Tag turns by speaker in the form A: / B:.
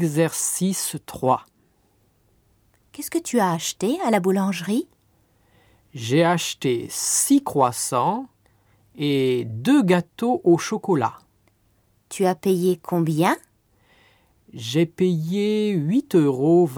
A: Exercice 3.
B: Qu'est-ce que tu as acheté à la boulangerie
A: J'ai acheté 6 croissants et 2 gâteaux au chocolat.
B: Tu as payé combien
A: J'ai payé 8,22 euros.